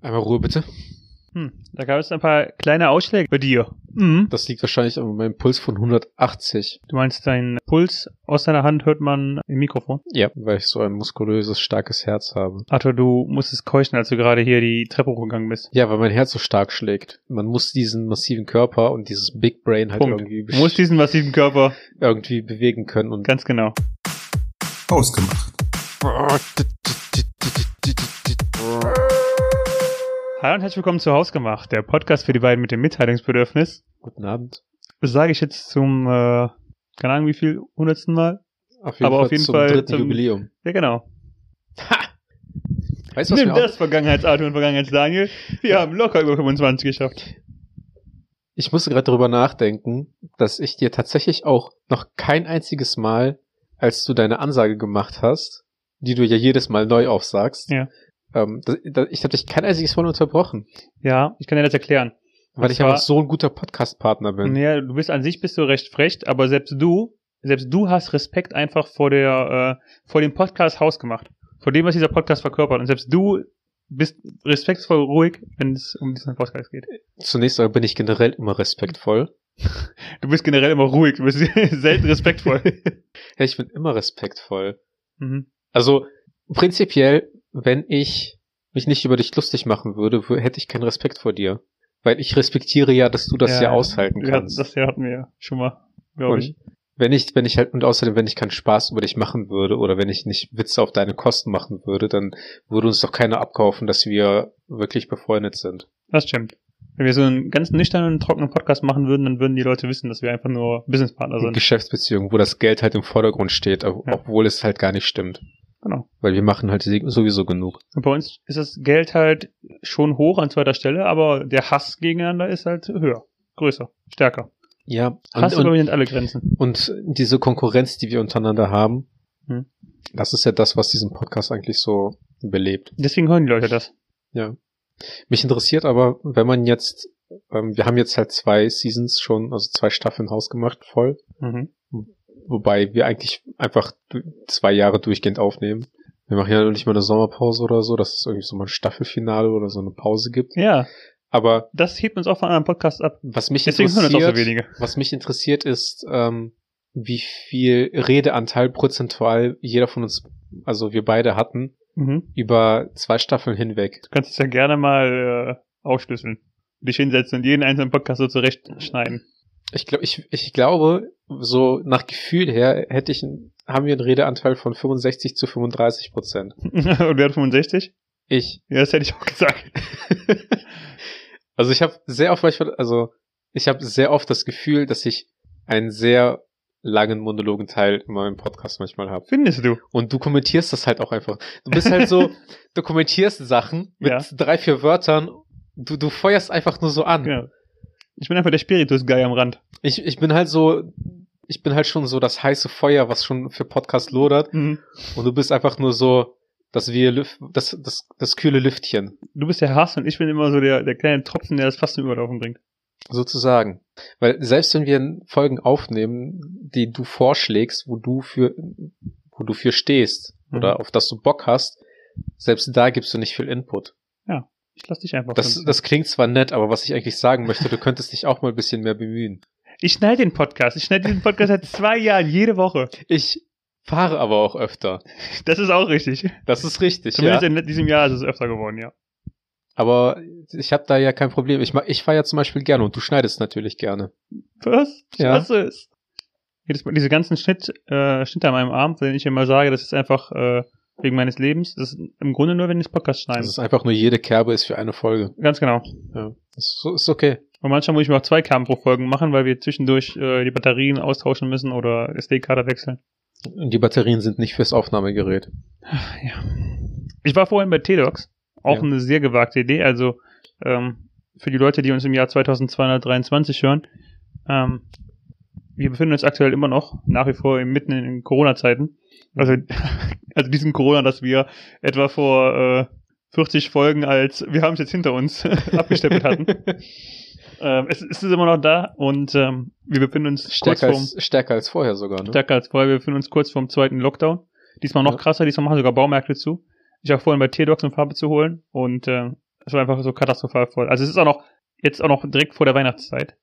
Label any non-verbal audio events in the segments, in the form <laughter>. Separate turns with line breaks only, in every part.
Einmal Ruhe bitte.
Hm, da gab es ein paar kleine Ausschläge bei dir. Mhm.
Das liegt wahrscheinlich an meinem Puls von 180.
Du meinst, dein Puls aus deiner Hand hört man im Mikrofon?
Ja, weil ich so ein muskulöses, starkes Herz habe.
Arthur, du musstest keuchen, als du gerade hier die Treppe hochgegangen bist.
Ja, weil mein Herz so stark schlägt. Man muss diesen massiven Körper und dieses Big Brain halt
Punkt.
irgendwie,
Du musst diesen massiven Körper.
irgendwie bewegen können. Und
Ganz genau.
Ausgemacht.
Hallo und herzlich willkommen zu Hausgemacht, der Podcast für die beiden mit dem Mitteilungsbedürfnis.
guten Abend.
Das sage ich jetzt zum, äh, keine Ahnung wie viel, hundertsten Mal.
Auf
Aber auf jeden
zum
Fall
dritten
zum-
Jubiläum.
Ja, genau.
Weißt du, was
Nimm
mir
das, Vergangenheits-Arthur und Vergangenheits-Daniel. Wir haben locker über 25 geschafft.
Ich musste gerade drüber nachdenken, dass ich dir tatsächlich auch noch kein einziges Mal, als du deine Ansage gemacht hast, die du ja jedes Mal neu aufsagst,
Ja.
ähm, da, da, ich habe dich kein einziges Mal unterbrochen,
Ja, ich kann dir das erklären.
weil
Und
ich
zwar-
einfach so ein guter Podcast-Partner bin.
Naja, du bist an sich bist du recht frech, aber selbst du, selbst du hast Respekt einfach vor der, äh, vor dem Podcast hausgemacht. Vor dem, was dieser Podcast verkörpert. Und selbst du bist respektvoll ruhig, wenn es um diesen Podcast geht.
Zunächst einmal bin ich generell immer respektvoll.
Du bist generell immer ruhig, du bist <laughs> selten respektvoll.
<laughs> Ja, ich bin immer respektvoll.
mhm.
Also prinzipiell, wenn ich mich nicht über dich lustig machen würde, wür- hätte ich keinen Respekt vor dir. Weil ich respektiere ja, dass du das
Ja,
ja,
ja.
aushalten
Wir hatten,
kannst.
das hier hatten wir ja schon mal, glaube ich.
Und wenn ich, wenn ich halt, und außerdem, wenn ich keinen Spaß über dich machen würde oder wenn ich nicht Witze auf deine Kosten machen würde, dann würde uns doch keiner abkaufen, dass wir wirklich befreundet sind.
Das stimmt. Wenn wir so einen ganz nüchternen, trockenen Podcast machen würden, dann würden die Leute wissen, dass wir einfach nur Businesspartner
Also
sind.
Geschäftsbeziehungen, wo das Geld halt im Vordergrund steht, ob-
Ja.
obwohl es halt gar nicht stimmt.
Genau.
Weil wir machen halt sowieso genug.
Und bei uns ist das Geld halt schon hoch an zweiter Stelle, aber der Hass gegeneinander ist halt höher, größer, stärker.
Ja, und,
Hass
und,
überwindet alle Grenzen.
und diese Konkurrenz, die wir untereinander haben,
Hm.
das ist ja das, was diesen Podcast eigentlich so belebt.
Deswegen hören die Leute das.
Ja. Mich interessiert aber, wenn man jetzt, ähm, wir haben jetzt halt zwei Seasons schon, also zwei Staffeln hausgemacht voll,
Mhm.
wobei wir eigentlich einfach d- zwei Jahre durchgehend aufnehmen. Wir machen ja noch nicht mal eine Sommerpause oder so, dass es irgendwie so mal ein Staffelfinale oder so eine Pause gibt.
Ja,
Aber
das hebt uns auch von anderen Podcasts ab.
was mich
Deswegen hören uns auch so
interessiert,
wenige.
was mich interessiert ist, ähm, wie viel Redeanteil prozentual jeder von uns, also wir beide hatten,
Mhm.
über zwei Staffeln hinweg.
Du kannst es ja gerne mal äh, aufschlüsseln. Dich hinsetzen und jeden einzelnen Podcast so zurechtschneiden. <laughs>
Ich glaube, ich, ich glaube, so nach Gefühl her hätte ich, einen- haben wir einen Redeanteil von 65 zu 35 Prozent.
und wer hat 65?
Ich, <laughs>
Ja, das hätte ich auch gesagt.
also ich habe sehr oft, manchmal- also ich habe sehr oft das Gefühl, dass ich einen sehr langen monologen Teil in meinem Podcast manchmal habe.
Findest du?
Und du kommentierst das halt auch einfach. Du bist halt so, du kommentierst Sachen mit
Ja.
drei, vier Wörtern. Du, du feuerst einfach nur so an.
Genau. Ich bin einfach der Spiritus-Guy am Rand.
Ich, ich bin halt so, ich bin halt schon so das heiße Feuer, was schon für Podcast lodert.
Mhm.
Und du bist einfach nur so, dass wir Lüf- das, das, das kühle Lüftchen,
Du bist der Hass und ich bin immer so der, der kleine Tropfen, der das fast zum Überlaufen bringt.
sozusagen. Weil selbst wenn wir Folgen aufnehmen, die du vorschlägst, wo du für, wo du für stehst
Mhm.
oder auf das du Bock hast, selbst da gibst du nicht viel Input.
Ich lass dich einfach.
Das,
drin.
das klingt zwar nett, aber was ich eigentlich sagen möchte, du könntest dich auch mal ein bisschen mehr bemühen.
ich schneide den Podcast. Ich schneide diesen Podcast seit zwei Jahren, jede Woche.
Ich fahre aber auch öfter.
Das ist auch richtig.
Das ist richtig,
Zumindest
ja.
in diesem Jahr ist es öfter geworden, ja.
Aber ich habe da ja kein Problem. Ich, ma- ich fahre ja zum Beispiel gerne und du schneidest natürlich gerne.
Was? Ich
Ja.
hasse es. Jedes Mal, diese ganzen Schnitt, äh, Schnitte an meinem Arm, wenn ich immer sage, das ist einfach äh, wegen meines Lebens. Das ist im Grunde nur, wenn ich Podcast schneide.
Das ist einfach nur jede Kerbe ist für eine Folge.
Ganz genau.
Ja. Ist, so, ist okay.
Und manchmal muss ich mir auch zwei Kamen pro Folgen machen, weil wir zwischendurch äh, die Batterien austauschen müssen oder SD-Karte wechseln.
Und die Batterien sind nicht fürs Aufnahmegerät.
Ja. Ich war vorhin bei Tedox. Auch
Ja.
eine sehr gewagte Idee. Also ähm, für die Leute, die uns im Jahr 2223 hören, ähm, wir befinden uns aktuell immer noch nach wie vor im- mitten in den Corona-Zeiten. Also, <laughs> also diesem Corona, das wir etwa vor äh, 40 Folgen als wir haben es jetzt hinter uns <laughs> abgestempelt
<laughs>
hatten. ähm, es, es ist immer noch da und ähm, wir befinden uns
Stärker
kurz vorm,
als, stärker als vorher sogar, ne?
stärker als vorher. Wir befinden uns kurz vorm zweiten Lockdown. Diesmal noch
Ja.
krasser, diesmal machen sogar Baumärkte zu. Ich war vorhin bei Tedox, um Farbe zu holen und äh, Es war einfach so katastrophal voll. Also es ist auch noch, jetzt auch noch direkt vor der Weihnachtszeit.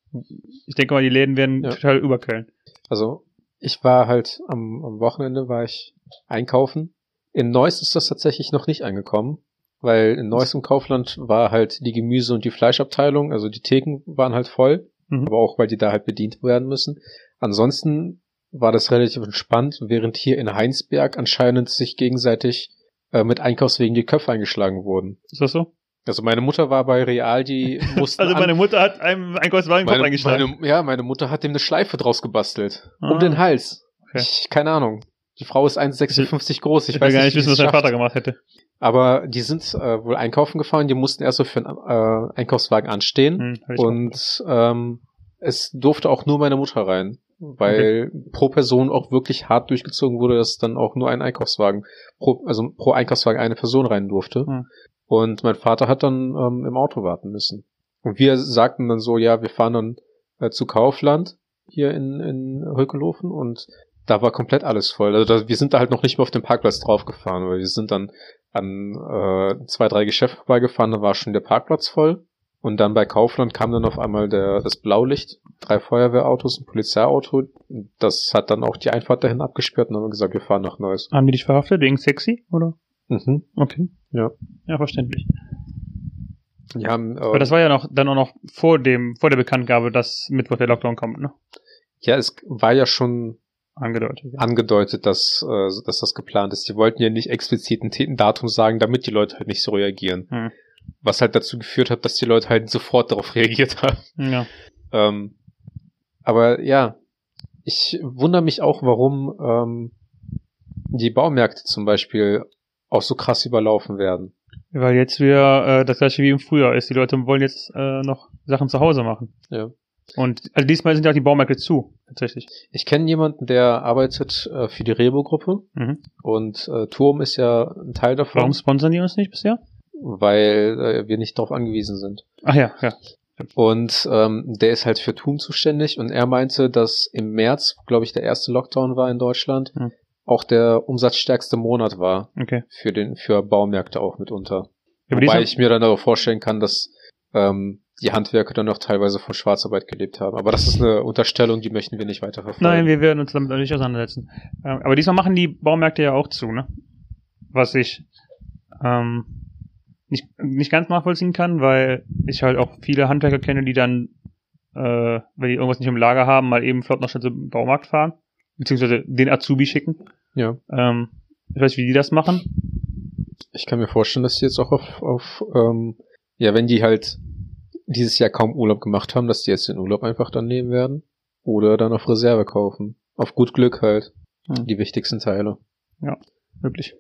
Ich denke mal, die Läden werden
Ja.
total überquellen.
Also, ich war halt am, am Wochenende war ich einkaufen. In Neuss ist das tatsächlich noch nicht angekommen, weil in Neuss im Kaufland war halt die Gemüse- und die Fleischabteilung, also die Theken waren halt voll,
Mhm.
aber auch weil die da halt bedient werden müssen. Ansonsten war das relativ entspannt, während hier in Heinsberg anscheinend sich gegenseitig äh, mit Einkaufswegen die Köpfe eingeschlagen wurden.
Ist das so?
Also meine Mutter war bei Real,
<laughs>
die mussten
Also
an-
meine Mutter hat einem Einkaufswagen den Kopf
meine,
eingeschlagen.
meine, ja, meine Mutter hat dem eine Schleife draus gebastelt.
Ah.
Um den Hals.
Okay.
Ich, keine Ahnung. Die Frau ist 1,56 groß.
ich
Ich,
will
weiß
gar
nicht,
nicht
wie
wissen, was
sie
dein
es
Vater
schafft.
gemacht hätte.
Aber die sind äh, wohl einkaufen gefahren. Die mussten erst so für einen äh, Einkaufswagen anstehen.
Hm, hab ich gemacht.
Und ähm, es durfte auch nur meine Mutter rein. Weil pro Person auch wirklich hart durchgezogen wurde, dass dann auch nur ein Einkaufswagen, pro, also pro Einkaufswagen eine Person rein durfte.
Hm.
Und mein Vater hat dann ähm, im Auto warten müssen. Und wir sagten dann so, ja, wir fahren dann äh, zu Kaufland hier in, in Hökelofen und da war komplett alles voll. Also da, wir sind da halt noch nicht mal auf dem Parkplatz draufgefahren, weil wir sind dann an äh, zwei, drei Geschäfte vorbeigefahren, da war schon der Parkplatz voll. Und dann bei Kaufland kam dann auf einmal der, das Blaulicht, drei Feuerwehrautos, ein Polizeiauto. Das hat dann auch die Einfahrt dahin abgesperrt und dann haben wir gesagt, wir fahren nach Neuss.
Haben die dich verhaftet wegen sexy, oder?
Mhm.
Okay.
Ja.
Ja, verständlich.
Die haben, äh,
Aber das war ja noch, dann auch noch vor dem, vor der Bekanntgabe, dass Mittwoch der Lockdown kommt, ne?
ja, es war ja schon
Angedeutet. ja.
angedeutet, dass, äh, dass das geplant ist. Die wollten ja nicht explizit ein T- ein Datum sagen, damit die Leute halt nicht so reagieren.
Hm.
Was halt dazu geführt hat, dass die Leute halt sofort darauf reagiert haben.
Ja.
Ähm, aber ja, ich wundere mich auch, warum ähm, die Baumärkte zum Beispiel auch so krass überlaufen werden.
Weil jetzt wieder äh, das gleiche wie im Frühjahr ist. Die Leute wollen jetzt äh, noch Sachen zu Hause machen.
Ja.
Und also diesmal sind ja auch die Baumärkte zu, tatsächlich.
Ich kenne jemanden, der arbeitet äh, für die Rebo-Gruppe
Mhm.
und äh, Turm ist ja ein Teil davon,
Warum sponsern die uns nicht bisher?
weil äh, wir nicht darauf angewiesen sind.
Ach ja, ja.
Und ähm, der ist halt für Tum zuständig und er meinte, dass im März, glaube ich, der erste Lockdown war in Deutschland,
Hm.
auch der umsatzstärkste Monat war
Okay.
für den für Baumärkte auch mitunter.
Aber
Wobei
diesmal,
ich mir dann aber vorstellen kann, dass ähm, die Handwerker dann noch teilweise von Schwarzarbeit gelebt haben. Aber das ist eine Unterstellung, die möchten wir nicht weiterverfolgen.
nein, wir werden uns damit auch nicht auseinandersetzen. Ähm, aber diesmal machen die Baumärkte ja auch zu, ne? Was ich ähm, nicht, nicht ganz nachvollziehen kann, weil ich halt auch viele Handwerker kenne, die dann, äh, wenn die irgendwas nicht im Lager haben, mal eben flott noch schnell zum Baumarkt fahren. Beziehungsweise den Azubi schicken.
ja.
Ähm, ich weiß nicht, wie die das machen.
Ich kann mir vorstellen, dass die jetzt auch auf, auf ähm, ja, wenn die halt dieses Jahr kaum Urlaub gemacht haben, dass die jetzt den Urlaub einfach dann nehmen werden oder dann auf Reserve kaufen. Auf gut Glück halt.
Hm.
Die wichtigsten Teile.
Wirklich.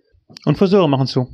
Und Friseure machen zu.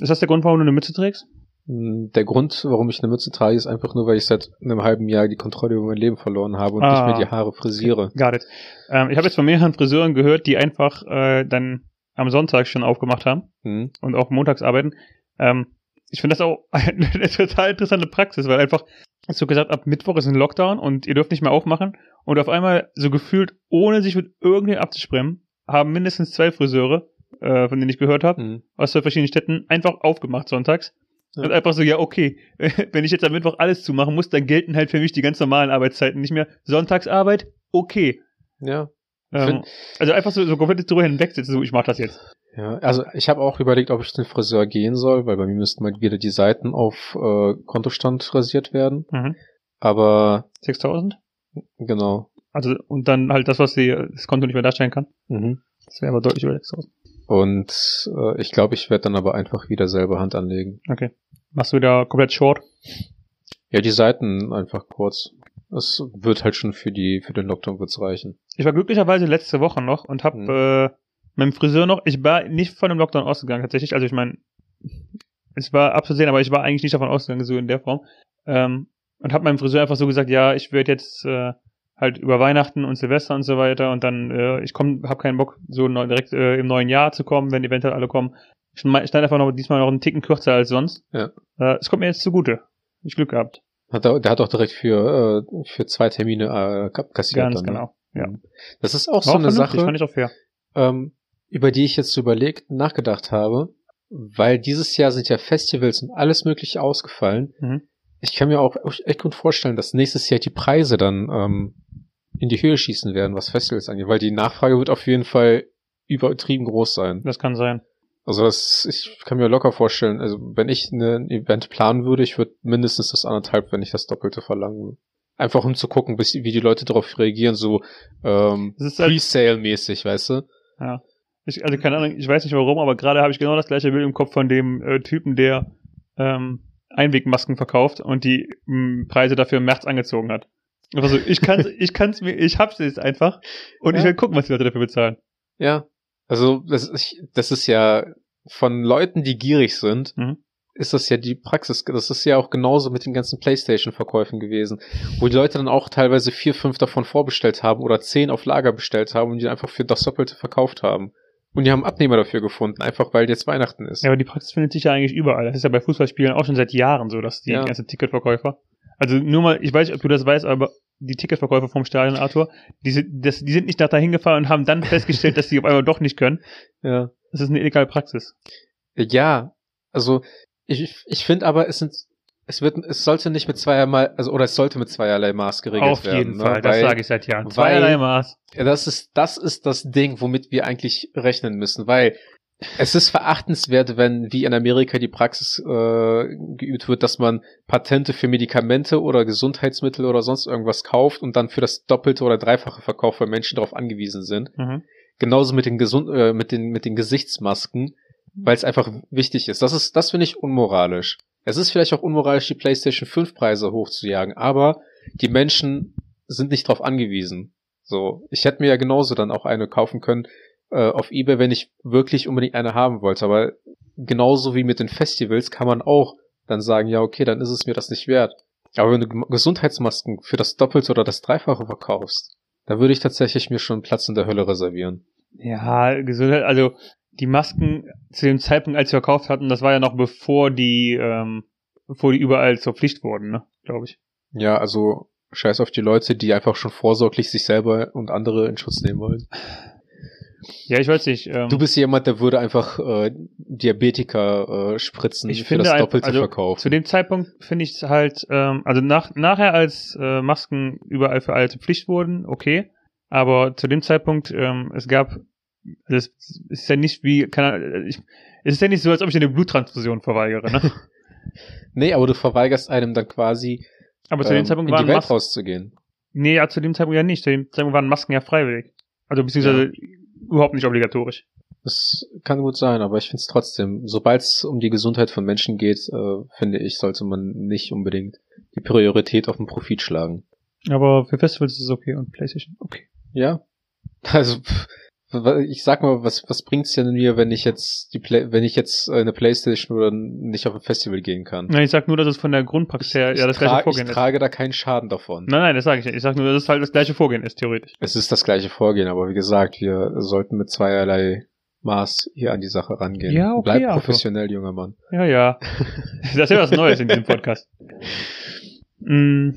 Ist das der Grund, warum du eine Mütze trägst?
Hm, Der Grund, warum ich eine Mütze trage, ist einfach nur, weil ich seit einem halben Jahr die Kontrolle über mein Leben verloren habe und
Ah.
nicht mehr die Haare frisiere.
Got it. Ähm, ich habe jetzt von mehreren Friseuren gehört, die einfach äh, dann am Sonntag schon aufgemacht haben
Hm?
und auch montags arbeiten. Ähm, ich finde das auch <laughs> eine, total interessante Praxis, weil einfach so gesagt, ab Mittwoch ist ein Lockdown und ihr dürft nicht mehr aufmachen und auf einmal so gefühlt, ohne sich mit irgendwem abzusprechen, haben mindestens zwei Friseure, äh, von denen ich gehört habe,
Hm.
aus zwei verschiedenen Städten einfach aufgemacht sonntags.
Ja.
Und einfach so, ja, okay, <laughs> wenn ich jetzt am Mittwoch alles zumachen muss, dann gelten halt für mich die ganz normalen Arbeitszeiten nicht mehr. Sonntagsarbeit, okay.
Ja.
Ähm, also einfach so, so komplett drüber hinwegsitzen, so ich mach das jetzt.
Ja, also ich habe auch überlegt, ob ich zum Friseur gehen soll, weil bei mir müssten mal wieder die Seiten auf äh, Kontostand rasiert werden.
Mhm.
Aber
6000?
genau.
Also, und dann halt das, was sie, das Konto nicht mehr darstellen kann.
Mhm.
Das wäre aber deutlich über 6000.
Und äh, ich glaube, ich werde dann aber einfach wieder selber Hand anlegen.
Okay. Machst du wieder komplett short?
Ja, die Seiten einfach kurz. Das wird halt schon für die für den Lockdown wird's reichen.
Ich war glücklicherweise letzte Woche noch und hab
Mhm.
äh, mit dem Friseur noch, ich war nicht von dem Lockdown ausgegangen tatsächlich, also ich meine, es war abzusehen, aber ich war eigentlich nicht davon ausgegangen, so in der Form. Ähm, und hab meinem Friseur einfach so gesagt, ja, ich werde jetzt äh, halt über Weihnachten und Silvester und so weiter und dann, äh, ich komm, hab keinen Bock, so neu, direkt äh, im neuen Jahr zu kommen, wenn eventuell alle kommen. Ich schneid schneid einfach noch diesmal noch einen Ticken kürzer als sonst.
Ja.
Äh, es kommt mir jetzt zugute. Hab Ich Glück gehabt.
Hat er, der hat auch direkt für äh, für zwei Termine äh, ka- kassiert.
Ganz
dann, ne?
genau. Ja.
Das ist auch so
War
eine
vernünftig,
Sache,
Fand ich auch fair.
ähm, über die ich jetzt überlegt nachgedacht habe, weil dieses Jahr sind ja Festivals und alles mögliche ausgefallen.
Mhm.
Ich kann mir auch echt gut vorstellen, dass nächstes Jahr die Preise dann ähm, in die Höhe schießen werden, was Festivals angeht, weil die Nachfrage wird auf jeden Fall übertrieben groß sein.
Das kann sein.
Also das, ich kann mir locker vorstellen, also wenn ich ne- ein Event planen würde, ich würde mindestens das anderthalb, wenn nicht das Doppelte verlangen. Einfach um zu gucken, bis, wie die Leute darauf reagieren, so ähm,
Das ist halt,
Pre-Sale-mäßig, weißt du?
ich, also keine Ahnung, ich weiß nicht warum, aber gerade habe ich genau das gleiche Bild im Kopf von dem äh, Typen, der ähm, Einwegmasken verkauft und die m, Preise dafür im März angezogen hat. Also ich <laughs> kann's, ich kann's mir, ich hab's jetzt einfach und ich
Ja.
will gucken, was die Leute dafür bezahlen.
Ja. Also das ist, das ist ja von Leuten, die gierig sind,
Mhm.
ist das ja die Praxis. Das ist ja auch genauso mit den ganzen Playstation-Verkäufen gewesen, wo die Leute dann auch teilweise vier, fünf davon vorbestellt haben oder zehn auf Lager bestellt haben und die einfach für das Doppelte verkauft haben. Und die haben Abnehmer dafür gefunden, einfach weil jetzt Weihnachten ist.
Ja, aber die Praxis findet sich ja eigentlich überall. Das ist ja bei Fußballspielen auch schon seit Jahren so, dass die
Ja.
ganzen Ticketverkäufer. Also nur mal, ich weiß nicht, ob du das weißt, aber die Ticketverkäufer vom Stadion, Arthur, die sind, das, die sind nicht nach dahin gefahren und haben dann festgestellt, dass die auf einmal doch nicht können.
Ja.
Das ist eine illegale Praxis.
Ja, also ich, ich finde aber, es sind es wird, es sollte nicht mit zweierlei, also oder es sollte mit zweierlei Maß geregelt
auf
werden.
jeden Fall,
ne?
das
Weil-
sage ich seit Jahren.
weil-
Zweierlei Maß.
Ja, das ist, das ist das Ding, womit wir eigentlich rechnen müssen, weil es ist verachtenswert, wenn wie in Amerika die Praxis äh, geübt wird, dass man Patente für Medikamente oder Gesundheitsmittel oder sonst irgendwas kauft und dann für das Doppelte oder Dreifache verkauft, weil Menschen darauf angewiesen sind.
Mhm.
Genauso mit den Gesund äh, mit den mit den Gesichtsmasken, weil es einfach wichtig ist. Das ist das finde ich unmoralisch. Es ist vielleicht auch unmoralisch, die PlayStation 5 Preise hochzujagen, aber die Menschen sind nicht drauf angewiesen. So, ich hätte mir ja genauso dann auch eine kaufen können äh, auf eBay, wenn ich wirklich unbedingt eine haben wollte. Aber genauso wie mit den Festivals kann man auch dann sagen, ja okay, dann ist es mir das nicht wert. Aber wenn du Gem- Gesundheitsmasken für das Doppelte oder das Dreifache verkaufst, dann würde ich tatsächlich mir schon einen Platz in der Hölle reservieren.
Ja, Gesundheit, also die Masken zu dem Zeitpunkt, als sie verkauft hatten, das war ja noch bevor die, ähm, bevor die überall zur Pflicht wurden, ne, glaube ich.
Ja, also scheiß auf die Leute, die einfach schon vorsorglich sich selber und andere in Schutz nehmen wollen.
Ähm, Ja, ich weiß nicht. Ähm,
Du bist jemand, der würde einfach äh, Diabetiker äh, spritzen
Ich
für
finde
das
ein-
Doppelte
also
verkaufen.
Zu dem Zeitpunkt finde ich es halt, ähm, also nach, nachher als äh, Masken überall für alle zur Pflicht wurden, okay. Aber zu dem Zeitpunkt, ähm, es gab, das ist ja nicht wie, keine Ahnung, ich, es ist ja nicht so, als ob ich eine Bluttransfusion verweigere, ne? <laughs>
Nee, aber du verweigerst einem dann quasi
Aber zu
ähm,
dem Zeitpunkt
in die
waren
Welt
Masken,
rauszugehen.
nee, ja, zu dem Zeitpunkt ja nicht. Zu dem Zeitpunkt waren Masken ja freiwillig. Also beziehungsweise überhaupt nicht obligatorisch.
Das kann gut sein, aber ich finde es trotzdem, sobald es um die Gesundheit von Menschen geht, äh, finde ich, sollte man nicht unbedingt die Priorität auf den Profit schlagen.
Aber für Festivals ist es okay und Playstation, okay.
Ja. <laughs> Also pff, wa- ich sag mal, was was bringt's denn mir, wenn ich jetzt die Play wenn ich jetzt äh, eine Playstation oder nicht auf ein Festival gehen kann?
Nein, ich sag nur, dass es von der Grundpraxis her ja das
ich, tra
gleiche Vorgehen Ne?
ich
ist.
trage da keinen Schaden davon.
Nein, nein, das sage ich nicht. Ich sag nur, dass es halt das gleiche Vorgehen ist, theoretisch.
Es ist das gleiche Vorgehen, aber wie gesagt, wir sollten mit zweierlei Maß hier an die Sache rangehen.
Ja, okay,
Bleib
Arthur.
professionell, junger Mann.
Ja, <laughs> ja. Das ist ja was Neues in diesem Podcast. Mm,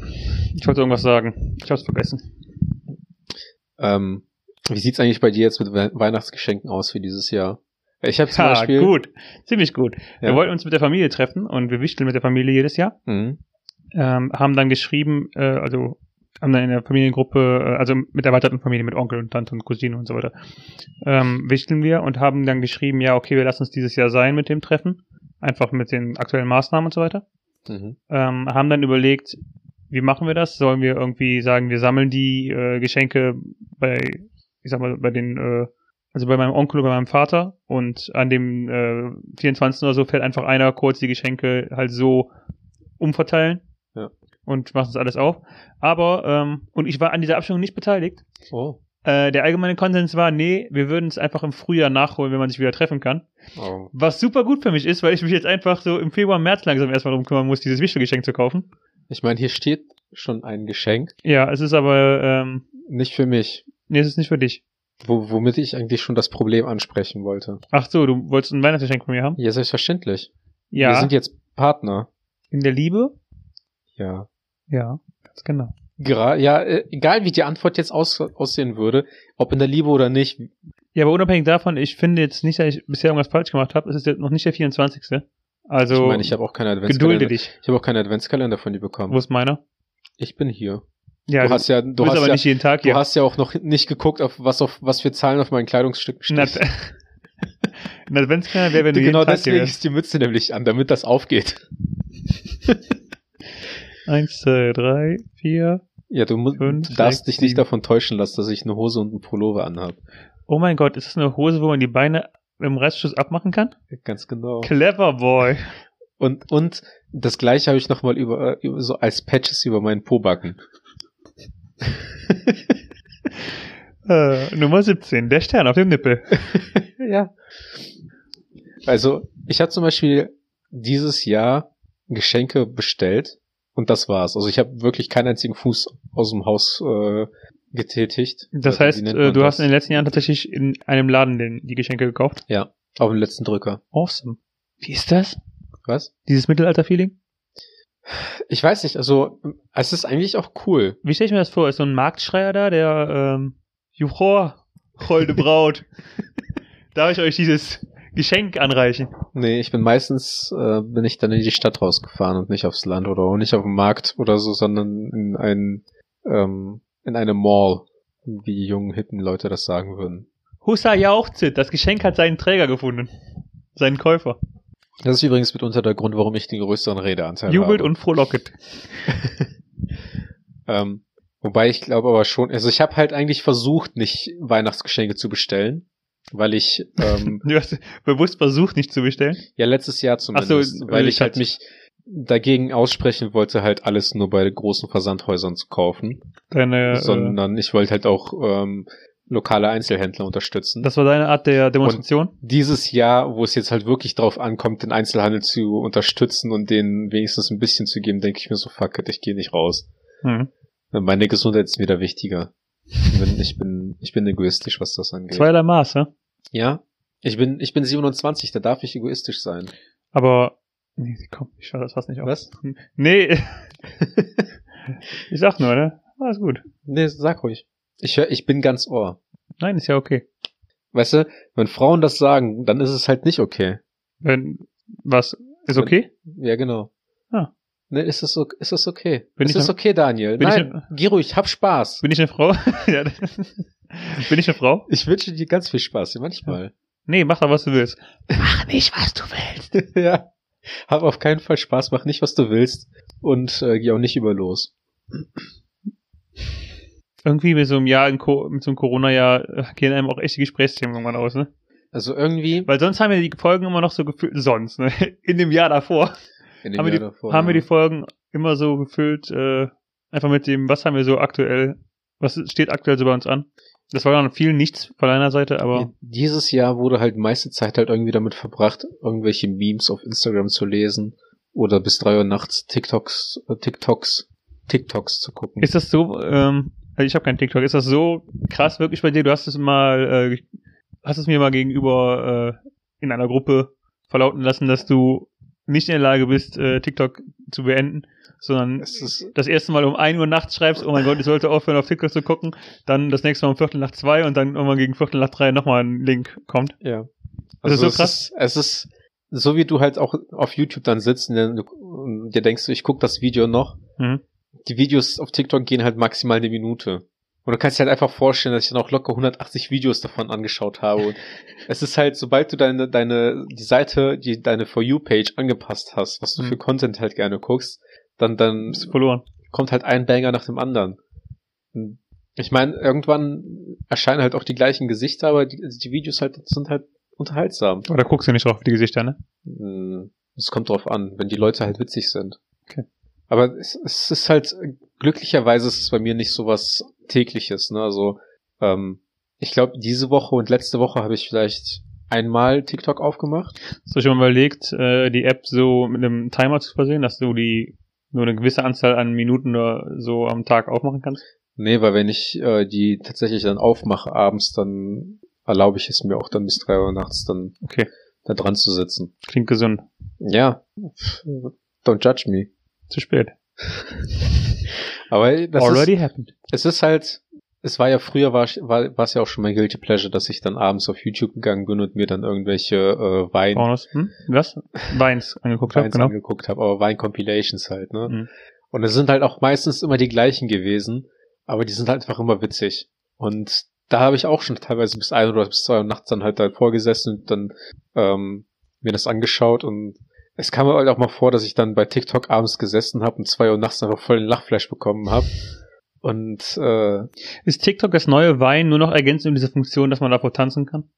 Ich wollte irgendwas sagen. Ich hab's vergessen.
Ähm, wie sieht's eigentlich bei dir jetzt mit We Weihnachtsgeschenken aus für dieses Jahr? Ich habe zum
Ha,
Beispiel.
gut. Ziemlich gut. Wir
Ja.
wollten uns mit der Familie treffen und wir wichteln mit der Familie jedes Jahr.
Mhm.
Ähm, haben dann geschrieben, äh, also haben dann in der Familiengruppe, äh, also mit der erweiterten Familie, mit Onkel und Tante und Cousine und so weiter, ähm, wichteln wir und haben dann geschrieben, ja, okay, wir lassen uns dieses Jahr sein mit dem Treffen. Einfach mit den aktuellen Maßnahmen und so weiter.
Mhm.
ähm, haben dann überlegt, wie machen wir das? Sollen wir irgendwie sagen, wir sammeln die äh, Geschenke bei, ich sag mal, bei den, äh, also bei meinem Onkel und bei meinem Vater und an dem äh, 24. oder so fährt einfach einer kurz die Geschenke halt so umverteilen
Ja.
und macht das alles auf. Aber, ähm, und ich war an dieser Abstimmung nicht beteiligt.
Oh.
Äh, der allgemeine Konsens war, nee, wir würden es einfach im Frühjahr nachholen, wenn man sich wieder treffen kann.
oh.
Was super gut für mich ist, weil ich mich jetzt einfach so im Februar, März langsam erstmal drum kümmern muss, dieses Wichtelgeschenk zu kaufen.
Ich meine, hier steht schon ein Geschenk,
Ja, es ist aber, ähm,
nicht für mich.
nee, es ist nicht für dich.
Wo, womit ich eigentlich schon das Problem ansprechen wollte.
Ach so, du wolltest ein Weihnachtsgeschenk von mir haben?
Ja, selbstverständlich. Wir
Ja.
sind jetzt Partner.
In der Liebe?
Ja.
Ja, ganz genau.
Gra ja, äh, egal wie die Antwort jetzt aus aussehen würde, ob in der Liebe oder nicht,
Ja, aber unabhängig davon, ich finde jetzt nicht, dass ich bisher irgendwas falsch gemacht habe. Es ist jetzt noch nicht der 24. Also
ich meine, ich habe auch keine
gedulde
Adventskalender.
dich.
Ich habe auch keinen Adventskalender von dir
Wo
bekommen.
ist meiner?
Ich bin hier.
Ja,
du hast ja, du
bist
hast
aber
ja,
nicht jeden Tag
du
hier.
hast ja auch noch nicht geguckt, auf was auf was für Zahlen auf meinen Kleidungsstücken <laughs>
Na,
stehen.
<laughs> na wenn es keiner wäre, wenn du
Genau
jeden Tag
deswegen
hier wärst.
ist die Mütze nämlich an, damit das aufgeht.
Eins, zwei, drei, vier.
Ja, du mu-
Fünf,
darfst
sechs,
dich nicht
sieben.
davon täuschen lassen, dass ich eine Hose und einen Pullover anhabe.
Oh mein Gott, ist das eine Hose, wo man die Beine im Reißschuss abmachen kann?
Ganz genau.
Clever Boy.
Und und das gleiche habe ich nochmal über, äh, über so als Patches über meinen Pobacken.
Äh, Nummer 17, der Stern auf dem Nippel.
ja. Also, ich habe zum Beispiel dieses Jahr Geschenke bestellt und das war's. Also ich habe wirklich keinen einzigen Fuß aus dem Haus äh, getätigt.
Das
Äh, wie
heißt,
nennt
äh,
man
du
das?
hast in den letzten Jahren tatsächlich in einem Laden den, die Geschenke gekauft.
auf den letzten Drücker.
Awesome. Wie ist das?
Was?
Dieses Mittelalter-Feeling?
Ich weiß nicht, also es ist eigentlich auch cool.
Wie stelle ich mir das vor? Ist so ein Marktschreier da, der, ähm, Juchor, holde Braut. <laughs> Darf ich euch dieses Geschenk anreichen?
Nee, ich bin meistens äh, bin ich dann in die Stadt rausgefahren und nicht aufs Land oder auch nicht auf den Markt oder so, sondern in ein ähm, in eine Mall, wie die jungen hippen Leute das sagen würden.
Hussa jauchzit, das Geschenk hat seinen Träger gefunden. Seinen Käufer.
Das ist übrigens mitunter der Grund, warum ich den größeren Redeanteil
Jubelt
habe.
und frohlocket.
Ähm, wobei ich glaube aber schon, also ich habe halt eigentlich versucht, nicht Weihnachtsgeschenke zu bestellen, weil ich
<laughs>
ähm,
Du hast bewusst versucht, nicht zu bestellen.
ja letztes Jahr
Ach so,
zumindest, weil
äh,
ich halt
Schatz.
mich dagegen aussprechen wollte, halt alles nur bei großen Versandhäusern zu kaufen,
Deine, äh,
sondern ich wollte halt auch ähm, lokale Einzelhändler unterstützen.
das war deine Art der Demonstration?
dieses Jahr, wo es jetzt halt wirklich drauf ankommt, den Einzelhandel zu unterstützen und denen wenigstens ein bisschen zu geben, denke ich mir so, fuck it, ich gehe nicht raus.
Mhm.
Meine Gesundheit ist mir da wichtiger. Ich bin, ich bin, ich bin egoistisch, was das angeht.
Zweierlei Maß, ne?
Ja. Ich bin, ich bin 27, da darf ich egoistisch sein.
Aber, nee, komm, ich schau das fast nicht auf.
Was?
Nee. ich sag nur, ne? Alles gut.
Nee, sag ruhig. Ich hör, ich bin ganz Ohr.
Nein, ist ja okay.
Weißt du, wenn Frauen das sagen, dann ist es halt nicht okay.
Wenn, was, ist okay?
Ja, genau.
Ah.
Nee, ist es, o- ist es okay?
Bin
ist
ich
es
dann-
okay, Daniel?
Bin ich
Nein, geh ruhig, hab Spaß.
Bin ich eine Frau? <laughs> ja. Bin ich eine Frau?
Ich wünsche dir ganz viel Spaß, ja, manchmal.
Nee, mach doch, was du willst. Mach nicht, was du
<laughs>
willst.
ja. Hab auf keinen Fall Spaß, mach nicht, was du willst und äh, geh auch nicht über los.
Irgendwie mit so einem Jahr, in Co mit so einem Corona-Jahr äh, gehen einem auch echte Gesprächsthemen irgendwann aus, ne?
Also irgendwie
Weil sonst haben wir die Folgen immer noch so gefühlt, sonst, ne? In dem Jahr davor
in dem
haben, wir die,
Jahr davor,
haben wir
ja.
die Folgen immer so gefüllt, äh, einfach mit dem, was haben wir so aktuell, was steht aktuell so bei uns an. Das war dann viel nichts von deiner Seite, aber
Dieses Jahr wurde halt meiste Zeit halt irgendwie damit verbracht, irgendwelche Memes auf Instagram zu lesen oder bis drei Uhr nachts TikToks, äh, TikToks, TikToks zu gucken.
ist das so, ähm, also ich habe keinen TikTok, ist das so krass wirklich bei dir? Du hast es mal, äh, hast es mir mal gegenüber äh, in einer Gruppe verlauten lassen, dass du nicht in der Lage bist, äh, TikTok zu beenden, sondern
es ist,
das erste Mal um 1 Uhr nachts schreibst, oh mein Gott, ich sollte aufhören, auf TikTok zu gucken, dann das nächste Mal um Viertel nach zwei und dann irgendwann gegen Viertel nach drei nochmal ein Link kommt.
ja. Also
Das ist so
es
krass.
Ist, es ist so, wie du halt auch auf YouTube dann sitzt und dann- und dir denkst, du, ich guck das Video noch.
Mhm.
Die Videos auf TikTok gehen halt maximal eine Minute. Und du kannst dir halt einfach vorstellen, dass ich dann auch locker 180 Videos davon angeschaut habe.
<laughs>
Und es ist halt, sobald du deine, deine, die Seite, die, deine For You-Page angepasst hast, was du
Mhm.
für Content halt gerne guckst, dann, dann
Bist du verloren.
kommt halt ein Banger nach dem anderen. Ich meine, irgendwann erscheinen halt auch die gleichen Gesichter, aber die, die Videos halt sind halt unterhaltsam.
Oder guckst du nicht drauf, die Gesichter, ne?
Hm, Es kommt drauf an, wenn die Leute halt witzig sind.
Okay.
Aber es, es ist halt, glücklicherweise ist es bei mir nicht so was tägliches, ne? Also, ähm, ich glaube, diese Woche und letzte Woche habe ich vielleicht einmal TikTok aufgemacht.
Hast du schon mal überlegt, äh, die App so mit einem Timer zu versehen, dass du die nur eine gewisse Anzahl an Minuten oder so am Tag aufmachen kannst?
Nee, weil wenn ich äh, die tatsächlich dann aufmache abends, dann erlaube ich es mir auch dann bis drei Uhr nachts dann
Okay.
da dran zu sitzen.
Klingt gesund.
Ja. Don't judge me.
Zu spät.
Aber das ist,
Already happened.
es ist halt, es war ja früher, war es war, war's ja auch schon mein Guilty Pleasure, dass ich dann abends auf YouTube gegangen bin und mir dann irgendwelche äh, Wein,
Pornos, hm? Was? Weins angeguckt habe,
Weins
genau.
angeguckt habe, aber Wein-Compilations halt, ne?
Mhm.
Und es sind halt auch meistens immer die gleichen gewesen, aber die sind halt einfach immer witzig. Und da habe ich auch schon teilweise bis ein oder bis zwei Uhr nachts dann halt da vorgesessen und dann ähm, mir das angeschaut und es kam mir halt auch mal vor, dass ich dann bei TikTok abends gesessen habe und zwei Uhr nachts einfach voll den Lachfleisch bekommen habe. Und äh, <laughs>
Ist TikTok das neue Wein nur noch ergänzend um diese Funktion, dass man davor tanzen kann?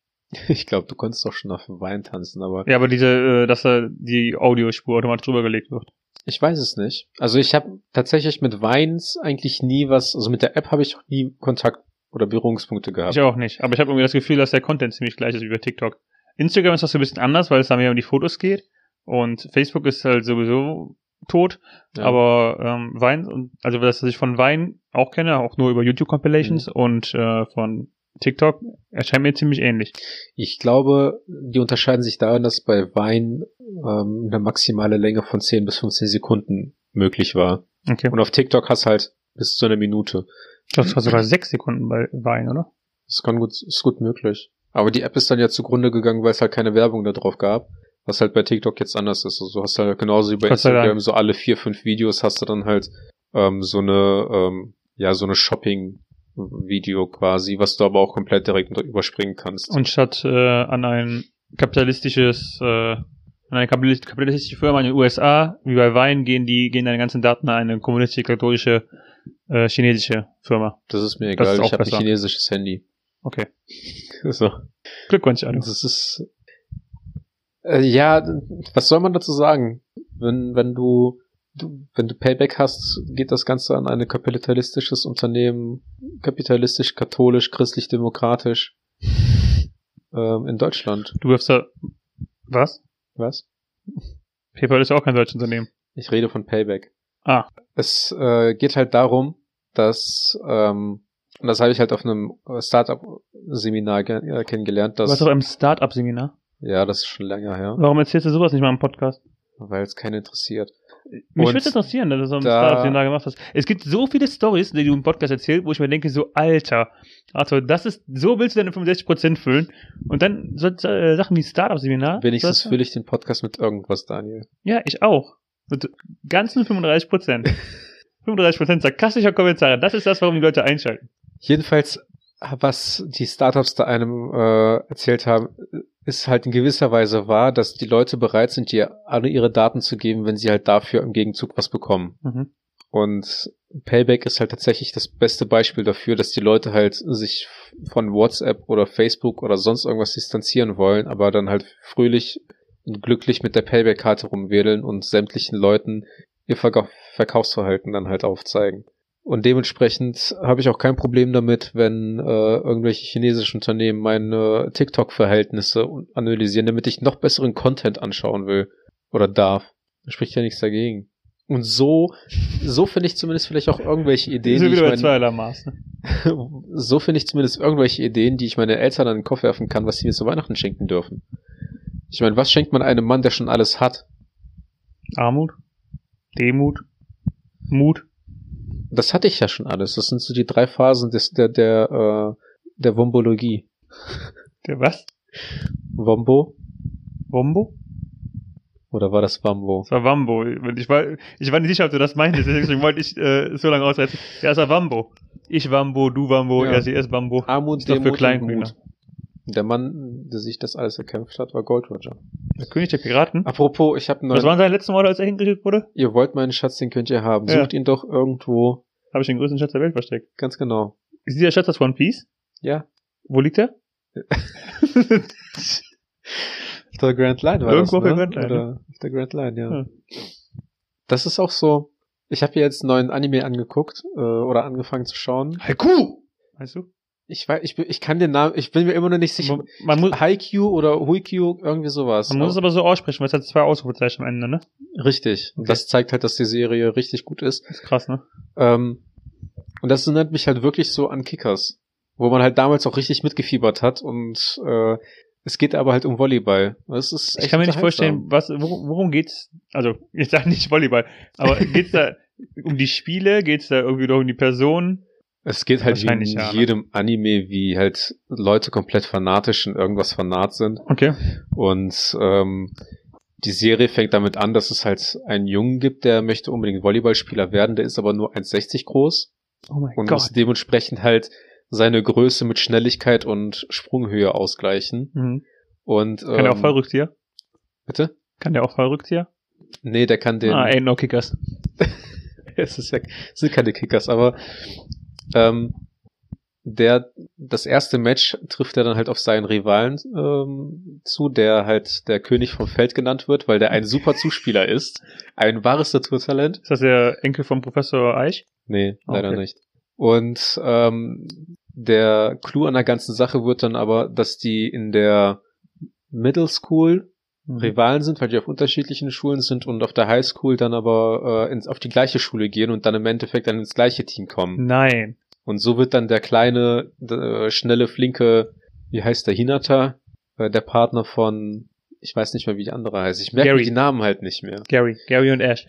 ich glaube, du konntest doch schon auf dem Wein tanzen, aber
Ja, aber diese, äh, dass da die Audiospur automatisch drüber gelegt wird.
Ich weiß es nicht. Also ich habe tatsächlich mit Weins eigentlich nie was, also mit der App habe ich auch nie Kontakt oder Berührungspunkte gehabt.
Ich auch nicht. Aber ich habe irgendwie das Gefühl, dass der Content ziemlich gleich ist wie bei TikTok. Instagram ist das so ein bisschen anders, weil es da mehr um die Fotos geht. Und Facebook ist halt sowieso tot.
Ja.
Aber ähm, Wein, und- also das, was ich von Wein auch kenne, auch nur über YouTube-Compilations und äh, von TikTok, erscheint mir ziemlich ähnlich.
ich glaube, die unterscheiden sich darin, dass bei Wein ähm, eine maximale Länge von 10 bis 15 Sekunden möglich war.
Okay.
Und auf TikTok hast halt bis zu einer Minute.
Das war sogar sechs Sekunden bei Wein, oder?
Das kann gut, ist gut möglich. Aber die App ist dann ja zugrunde gegangen, weil es halt keine Werbung da drauf gab. Was halt bei TikTok jetzt anders ist. Also du hast halt genauso wie bei
Gott sei Dank.
Instagram so alle vier, fünf Videos hast du dann halt ähm, so eine, ähm, ja, so eine Shopping-Video quasi, was du aber auch komplett direkt unter- überspringen kannst.
Und statt äh, an ein kapitalistisches, äh, an eine kapitalis- kapitalistische Firma in den USA, wie bei Wein, gehen die, gehen deine ganzen Daten an eine kommunistische, katholische, äh, chinesische Firma.
das ist mir
das
egal,
ist auch
ich habe ein
besser.
chinesisches Handy. <laughs>
Okay.
So.
Glückwunsch, Alex.
Das ist. Äh, ja, was soll man dazu sagen? Wenn, wenn du, du, wenn du Payback hast, geht das Ganze an ein kapitalistisches Unternehmen, kapitalistisch, katholisch, christlich, demokratisch, ähm, in Deutschland.
Du wirfst da, was?
Was?
PayPal ist ja auch kein deutsches Unternehmen.
Ich rede von Payback.
Ah.
Es äh, geht halt darum, dass, ähm, und das habe ich halt auf einem äh, Startup-Seminar ge- äh, kennengelernt,
Du
dass,
warst auf einem Start-up-Seminar.
ja, das ist schon länger her,
Warum erzählst du sowas nicht mal im Podcast?
weil es keinen interessiert.
Mich
Und
würde interessieren, ne, dass du so ein
da-
Startup-Seminar gemacht hast. Es gibt so viele Stories, die du im Podcast erzählst, wo ich mir denke, so, Alter, Arthur, das ist, so willst du deine 65% füllen. Und dann so äh, Sachen wie Startup-Seminar.
Wenigstens
das-
fülle ich den Podcast mit irgendwas, Daniel.
Ja, ich auch. Mit
<laughs>
ganzen 35%. 35% sarkastischer Kommentare. Das ist das, warum die Leute einschalten.
Jedenfalls, was die Startups da einem äh, erzählt haben, ist halt in gewisser Weise wahr, dass die Leute bereit sind, dir alle ihre Daten zu geben, wenn sie halt dafür im Gegenzug was bekommen.
Mhm.
Und Payback ist halt tatsächlich das beste Beispiel dafür, dass die Leute halt sich von WhatsApp oder Facebook oder sonst irgendwas distanzieren wollen, aber dann halt fröhlich und glücklich mit der Payback-Karte rumwedeln und sämtlichen Leuten ihr Verka Verkaufsverhalten dann halt aufzeigen. Und dementsprechend habe ich auch kein Problem damit, wenn äh, irgendwelche chinesischen Unternehmen meine TikTok-Verhältnisse un- analysieren, damit ich noch besseren Content anschauen will oder darf. Da spricht ja nichts dagegen. Und so, so finde ich zumindest vielleicht auch irgendwelche Ideen,
Sind wir
die ich
wieder bei
meinen
zweierlei Maß. Ne?
<laughs> so finde ich zumindest irgendwelche Ideen, die ich meine Eltern an den Kopf werfen kann, was sie mir zu Weihnachten schenken dürfen. Ich meine, was schenkt man einem Mann, der schon alles hat?
Armut, Demut, Mut.
Das hatte ich ja schon alles. Das sind so die drei Phasen des, der, der, äh, der Wombologie.
Der was?
Wombo?
Wombo?
Oder war das Wambo?
Das war Wambo. Ich war, ich war nicht sicher, ob du das meintest, deswegen wollte ich äh, so lange ausreißen. Ja, es war Wambo. Ich Wambo, du Wambo,
Ja.
er, sie, es Wambo.
Armut,
Ist doch für
Demut und
Kleinkinder.
Mut. Der Mann, der sich das alles erkämpft hat, war Gold Roger.
Der König der Piraten.
Apropos, ich habe
Was
neun.
waren seine letzten Worte, als er hingerichtet wurde?
Ihr wollt meinen Schatz, den könnt ihr haben.
Ja.
Sucht ihn doch irgendwo.
Habe ich den größten Schatz der Welt versteckt.
Ganz genau.
Ist dieser Schatz das One Piece?
Ja.
Wo liegt er?
Auf der Grand Line war
Irgendwo auf
das,
der
ne?
Grand Line, Hm.
Oder auf der Grand Line, ja.
Ja.
Das ist auch so. Ich habe jetzt einen neuen Anime angeguckt äh, oder angefangen zu schauen.
Haiku! Weißt du?
Ich weiß, ich, bin- ich kann den Namen, ich bin mir immer noch nicht sicher.
Man, man muss,
Haikyuu oder Huikyu, irgendwie sowas.
man muss es aber so aussprechen, weil es hat zwei Ausrufezeichen am Ende, ne?
richtig. Und Das zeigt halt, dass die Serie richtig gut ist.
Das ist krass, ne?
Ähm, und das erinnert mich halt wirklich so an Kickers, wo man halt damals auch richtig mitgefiebert hat und äh, es geht aber halt um Volleyball. Das ist echt
Ich kann mir nicht
unterhaltsam.
vorstellen, was, worum, worum geht's? Also,
<laughs>
ich sage nicht Volleyball, aber geht's da um die Spiele? Geht's da irgendwie doch um die Personen?
Es geht halt wie in
Wahrscheinlich, ja, ne?
jedem Anime, wie halt Leute komplett fanatisch in irgendwas fanat sind.
Okay.
Und ähm, die Serie fängt damit an, dass es halt einen Jungen gibt, der möchte unbedingt Volleyballspieler werden, der ist aber nur 1,60 groß
Oh mein
und muss
Gott.
dementsprechend halt seine Größe mit Schnelligkeit und Sprunghöhe ausgleichen.
Mhm.
Und ähm,
Kann der auch Fallrückzieher?
bitte?
Kann der auch Fallrückzieher?
Nee, der kann den.
Ah, ain't no kickers.
<laughs> es ist ja, es sind keine Kickers, aber ähm, der das erste Match trifft er dann halt auf seinen Rivalen ähm, zu, der halt der König vom Feld genannt wird, weil der ein super Zuspieler ist, ein wahres Naturtalent.
Ist das der Enkel vom Professor Eich?
Nee, leider
Okay.
nicht. Und ähm, der Clou an der ganzen Sache wird dann aber, dass die in der Middle School
Mhm.
Rivalen sind, weil die auf unterschiedlichen Schulen sind und auf der Highschool dann aber äh, ins, auf die gleiche Schule gehen und dann im Endeffekt dann ins gleiche Team kommen.
Nein.
Und so wird dann der kleine, d- äh, schnelle, flinke, wie heißt der Hinata, äh, der Partner von, ich weiß nicht mehr, wie die andere heißt. Ich merke mir
Gary.
die Namen halt nicht mehr.
Gary. Gary und Ash.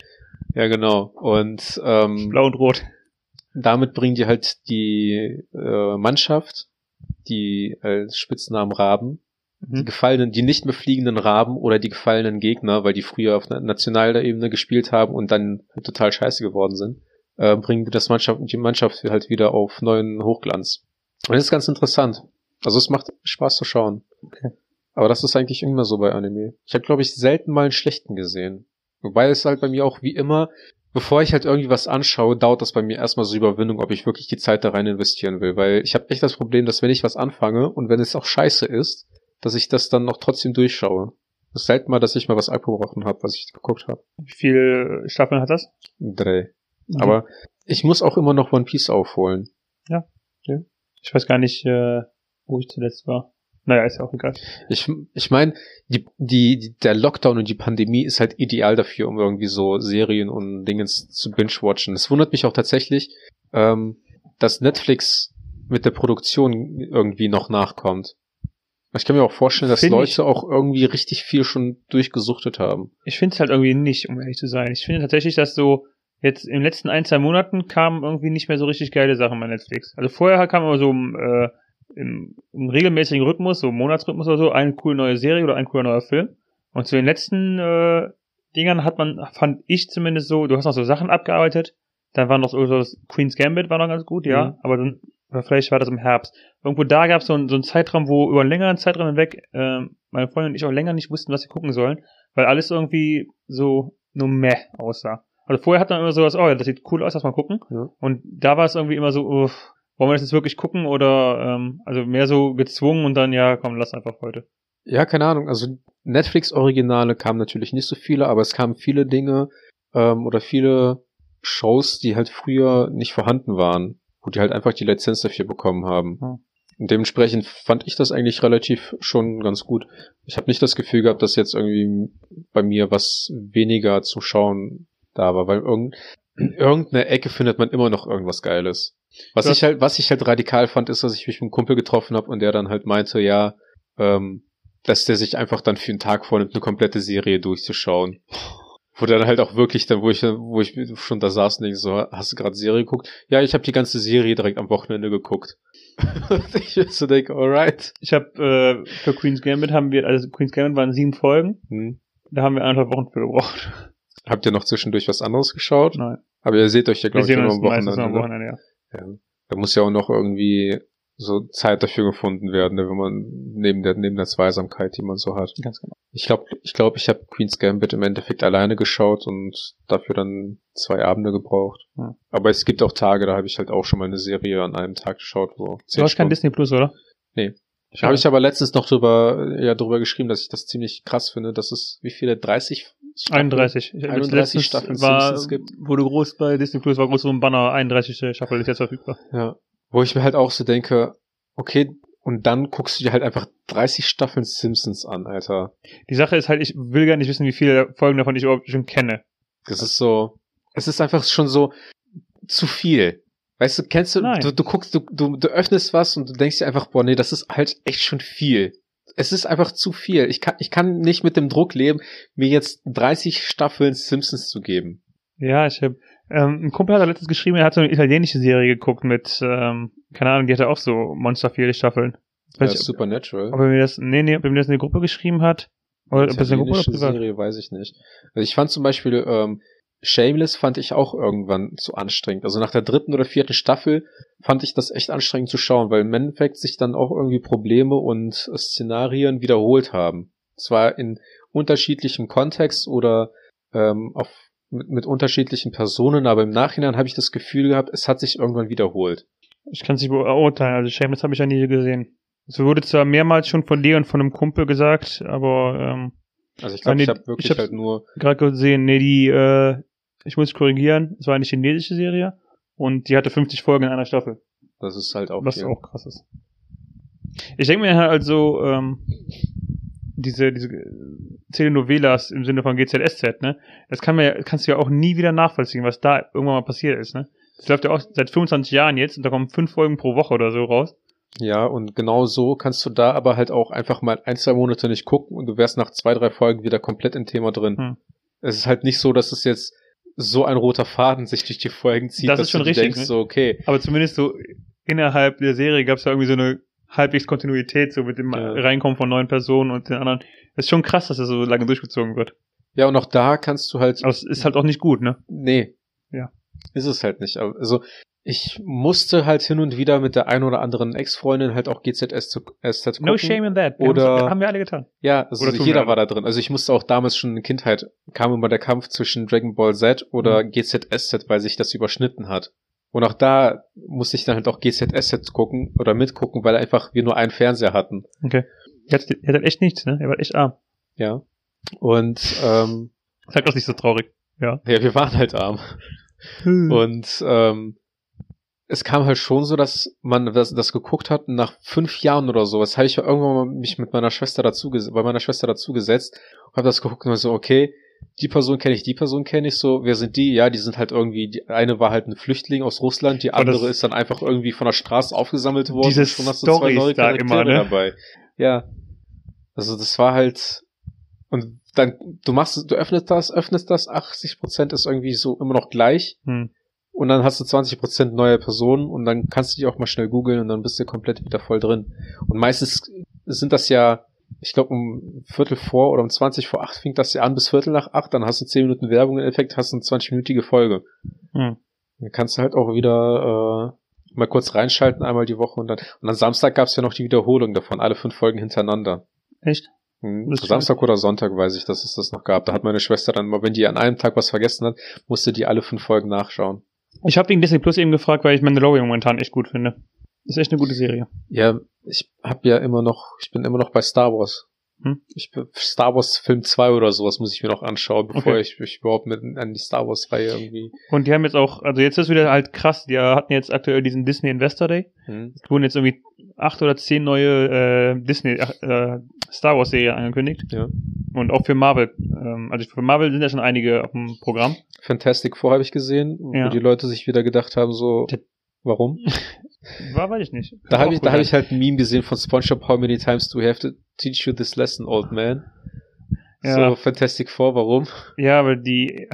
Ja, genau. Und ähm,
Blau und Rot.
damit bringen die halt die äh, Mannschaft, die als Spitznamen Raben, die
Mhm.
gefallenen, die nicht mehr fliegenden Raben oder die gefallenen Gegner, weil die früher auf na- nationaler Ebene gespielt haben und dann halt total scheiße geworden sind, äh, bringen wir das Mannschaft, die Mannschaft halt wieder auf neuen Hochglanz. Und das ist ganz interessant. Also es macht Spaß zu schauen.
Okay.
Aber das ist eigentlich immer so bei Anime. Ich habe, glaube ich, selten mal einen schlechten gesehen. Wobei es halt bei mir auch wie immer, bevor ich halt irgendwie was anschaue, dauert das bei mir erstmal so Überwindung, ob ich wirklich die Zeit da rein investieren will. Weil ich habe echt das Problem, dass wenn ich was anfange und wenn es auch scheiße ist, dass ich das dann noch trotzdem durchschaue. Es ist selten mal, dass ich mal was abgebrochen habe, was ich geguckt habe.
Wie viele Staffeln hat das?
Drei.
Mhm.
Aber ich muss auch immer noch One Piece aufholen.
Ich weiß gar nicht, äh, wo ich zuletzt war. Naja, ist ja auch egal.
Ich, ich meine, die, die, die, der Lockdown und die Pandemie ist halt ideal dafür, um irgendwie so Serien und Dingens zu binge-watchen. Es wundert mich auch tatsächlich, ähm, dass Netflix mit der Produktion irgendwie noch nachkommt. Ich kann mir auch vorstellen, dass
Find ich-
Leute auch irgendwie richtig viel schon durchgesuchtet haben.
Ich finde es halt irgendwie nicht, um ehrlich zu sein. Ich finde tatsächlich, dass so jetzt in den letzten ein, zwei Monaten kamen irgendwie nicht mehr so richtig geile Sachen bei Netflix. Also vorher kam immer so im, äh, im, im regelmäßigen Rhythmus, so im Monatsrhythmus oder so, eine coole neue Serie oder ein cooler neuer Film. Und zu den letzten äh, Dingern hat man, fand ich zumindest so, du hast noch so Sachen abgearbeitet. Dann war noch so, so das Queen's Gambit war noch ganz gut, ja.
Mhm.
Aber dann, oder vielleicht war das im Herbst. Irgendwo da gab es so, einen- so einen Zeitraum, wo über einen längeren Zeitraum hinweg äh, meine Freundin und ich auch länger nicht wussten, was wir gucken sollen weil alles irgendwie so nur meh aussah. Also vorher hat man immer sowas, oh, ja, das sieht cool aus, lass mal gucken.
Ja.
Und da war es irgendwie immer so, uff, wollen wir das jetzt wirklich gucken oder ähm, also mehr so gezwungen und dann, ja, komm, lass einfach heute.
Ja, keine Ahnung. Also Netflix-Originale kamen natürlich nicht so viele, aber es kamen viele Dinge ähm, oder viele Shows, die halt früher nicht vorhanden waren, wo die halt einfach die Lizenz dafür bekommen haben.
Hm.
Und dementsprechend fand ich das eigentlich relativ schon ganz gut. Ich habe nicht das Gefühl gehabt, dass jetzt irgendwie bei mir was weniger zu schauen da war, weil irgend, in irgendeiner Ecke findet man immer noch irgendwas Geiles. Was
Du
ich halt, was ich halt radikal fand, ist, dass ich mich mit einem Kumpel getroffen habe und der dann halt meinte, ja, ähm, dass der sich einfach dann für einen Tag vornimmt, eine komplette Serie durchzuschauen. Wo der dann halt auch wirklich, dann, wo ich, wo ich schon da saß und denk so, hast du gerade Serie geguckt? Ja, ich habe die ganze Serie direkt am Wochenende geguckt. <laughs> und ich mir so denke, alright.
Ich habe äh, für Queen's Gambit haben wir, also Queen's Gambit waren sieben Folgen,
Hm.
da haben wir eineinhalb Wochen für gebraucht.
Habt ihr noch zwischendurch was anderes geschaut?
Nein,
Aber ihr seht euch ja,
wir
glaube ich,
sehen
immer
uns
am
meistens
Wochenende.
am
ne?
Wochenende, ja.
Da muss ja auch noch irgendwie so Zeit dafür gefunden werden, ne, wenn man neben der, neben der Zweisamkeit, die man so hat.
Ganz genau.
Ich glaube, ich glaube, ich habe Queen's Gambit im Endeffekt alleine geschaut und dafür dann zwei Abende gebraucht.
Hm.
Aber es gibt auch Tage, da habe ich halt auch schon mal eine Serie an einem Tag geschaut, wo
Du hast kein
Stunden-
Disney Plus, oder?
Nee.
Schade.
Habe ich aber letztens noch drüber, ja, drüber geschrieben, dass ich das ziemlich krass finde, dass es wie viele 30 Staffeln?
31. Ich-
31
letztens
Staffeln
war,
Simpsons gibt.
wurde groß bei Disney Plus, war groß so ein Banner, 31. Staffel ist jetzt verfügbar.
Ja. Wo ich mir halt auch so denke, okay, und dann guckst du dir halt einfach 30 Staffeln Simpsons an, Alter.
Die Sache ist halt, ich will gar nicht wissen, wie viele Folgen davon ich überhaupt schon kenne.
Das ist so, es ist einfach schon so zu viel. Weißt du, kennst du,
Nein.
du, du guckst, du, du, du öffnest was und du denkst dir einfach, boah, nee, das ist halt echt schon viel. Es ist einfach zu viel. Ich kann, ich kann nicht mit dem Druck leben, mir jetzt 30 Staffeln Simpsons zu geben.
Ja, ich habe ähm, ein Kumpel hat letztens geschrieben, er hat so eine italienische Serie geguckt mit, ähm, keine Ahnung, die hatte auch so Monster viele Staffeln.
Ja,
Weiß ich, ob,
Supernatural.
ob er mir das, nee, nee, ob er mir das in eine Gruppe geschrieben hat. Oder ob das in der Gruppe oder
Italienische
privat.
Serie weiß ich nicht. Also ich fand zum Beispiel ähm, Shameless fand ich auch irgendwann zu anstrengend. Also nach der dritten oder vierten Staffel fand ich das echt anstrengend zu schauen, weil im Endeffekt sich dann auch irgendwie Probleme und Szenarien wiederholt haben. Zwar in unterschiedlichem Kontext oder ähm, auf, mit, mit unterschiedlichen Personen, aber im Nachhinein habe ich das Gefühl gehabt, es hat sich irgendwann wiederholt.
Ich kann es nicht beurteilen, also Shameless habe ich ja nie gesehen. Es wurde zwar mehrmals schon von dir und von einem Kumpel gesagt, aber ähm,
Also ich
Ah,
glaube,
nee,
ich habe
ich
wirklich
hab's-
halt nur
gerade gesehen, nee, die, äh, ich muss korrigieren, es war eine chinesische Serie und die hatte 50 Folgen in einer Staffel.
Das ist halt auch,
Was
hier.
auch krass ist. Ich denke mir halt also, ähm, diese, diese äh, Telenovelas im Sinne von GZSZ, ne? Das kann man ja, kannst du ja auch nie wieder nachvollziehen, was da irgendwann mal passiert ist, ne? Das läuft ja auch seit 25 Jahren jetzt und da kommen fünf Folgen pro Woche oder so raus.
Ja, und genau so kannst du da aber halt auch einfach mal ein, zwei Monate nicht gucken und du wärst nach zwei, drei Folgen wieder komplett im Thema drin.
Hm.
Es ist halt nicht so, dass es jetzt so ein roter Faden sich durch die Folgen zieht,
Das
dass
ist schon
du dir
richtig,
denkst,
ne?
so, okay,
Aber zumindest so innerhalb der Serie gab es ja irgendwie so eine halbwegs Kontinuität, so mit dem
Ja.
Reinkommen von neuen Personen und den anderen. Das ist schon krass, dass das so lange durchgezogen wird.
ja, und auch da kannst du halt,
Aber es ist halt auch nicht gut, ne?
nee,
Ja.
ist es halt nicht. Aber- Also, ich musste halt hin und wieder mit der ein oder anderen Ex-Freundin halt auch GZS zu, SZ gucken.
No shame in that. Wir
Oder-
haben's- haben wir alle getan.
Ja, also
Oder tun wir
jeder
alle.
war da drin. Also ich musste auch damals schon in Kindheit, kam immer der Kampf zwischen Dragon Ball Z oder
Mhm.
GZSZ, weil sich das überschnitten hat. Und auch da musste ich dann halt auch GZSZ gucken oder mitgucken, weil einfach wir nur einen Fernseher hatten.
Er hat, er hat halt echt nichts, ne? Er war echt arm.
Ja. Und ähm,
Ist halt auch nicht so traurig.
ja, wir waren halt arm. Hm.
Und
Und ähm, es kam halt schon so, dass man das, das geguckt hat und nach fünf Jahren oder so. Das habe ich ja irgendwann mal mich mit meiner Schwester dazu ges- bei meiner Schwester dazu gesetzt und habe das geguckt und war so, okay, die Person kenne ich, die Person kenne ich so, wer sind die? Ja, die sind halt irgendwie, die eine war halt ein Flüchtling aus Russland, die
Aber das-
andere ist dann einfach irgendwie von der Straße aufgesammelt worden.
Diese
und
Storys da immer, ne?
dabei. Ja. Also das war halt und dann du machst du öffnest das, öffnest das, 80% ist irgendwie so immer noch gleich
hm.
und dann hast du 20% neue Personen und dann kannst du die auch mal schnell googeln und dann bist du komplett wieder voll drin. Und meistens sind das ja, ich glaube um Viertel vor oder um 20 vor 8 fängt das ja an bis Viertel nach 8, dann hast du 10 Minuten Werbung, im Endeffekt hast du eine 20-minütige Folge.
Hm.
Dann kannst du halt auch wieder äh, mal kurz reinschalten, einmal die Woche und dann. Und am Samstag gab es ja noch die Wiederholung davon, alle fünf Folgen hintereinander.
Echt?
Mhm.
Das ist
Samstag oder Sonntag weiß ich, dass es das noch gab. Da hat meine Schwester dann mal, wenn die an einem Tag was vergessen hat, musste die alle fünf Folgen nachschauen.
Ich habe wegen Disney Plus eben gefragt, weil ich Mandalorian momentan echt gut finde. Ist echt eine gute Serie.
Ja, ich hab ja immer noch, ich bin immer noch bei Star Wars.
Hm?
Ich bin Star Wars Film 2 oder sowas muss ich mir noch anschauen, bevor
Okay.
ich mich überhaupt mit an die Star Wars Reihe irgendwie.
Und die haben jetzt auch, also jetzt ist wieder halt krass, die hatten jetzt aktuell diesen Disney Investor Day.
Hm?
Es wurden jetzt irgendwie acht oder zehn neue äh, Disney ach, äh, Star Wars Serien angekündigt.
Ja.
Und auch für Marvel. Ähm, also für Marvel sind ja schon einige auf dem Programm.
Fantastic Four habe ich gesehen,
Ja.
wo die Leute sich wieder gedacht haben so
Der- <laughs>
warum?
War, weiß ich nicht.
Da
War auch
habe ich
gut
da habe
an.
ich halt ein Meme gesehen von SpongeBob How many times do we have to teach you this lesson old man?
Ja.
So Fantastic Four, warum?
Ja, aber die,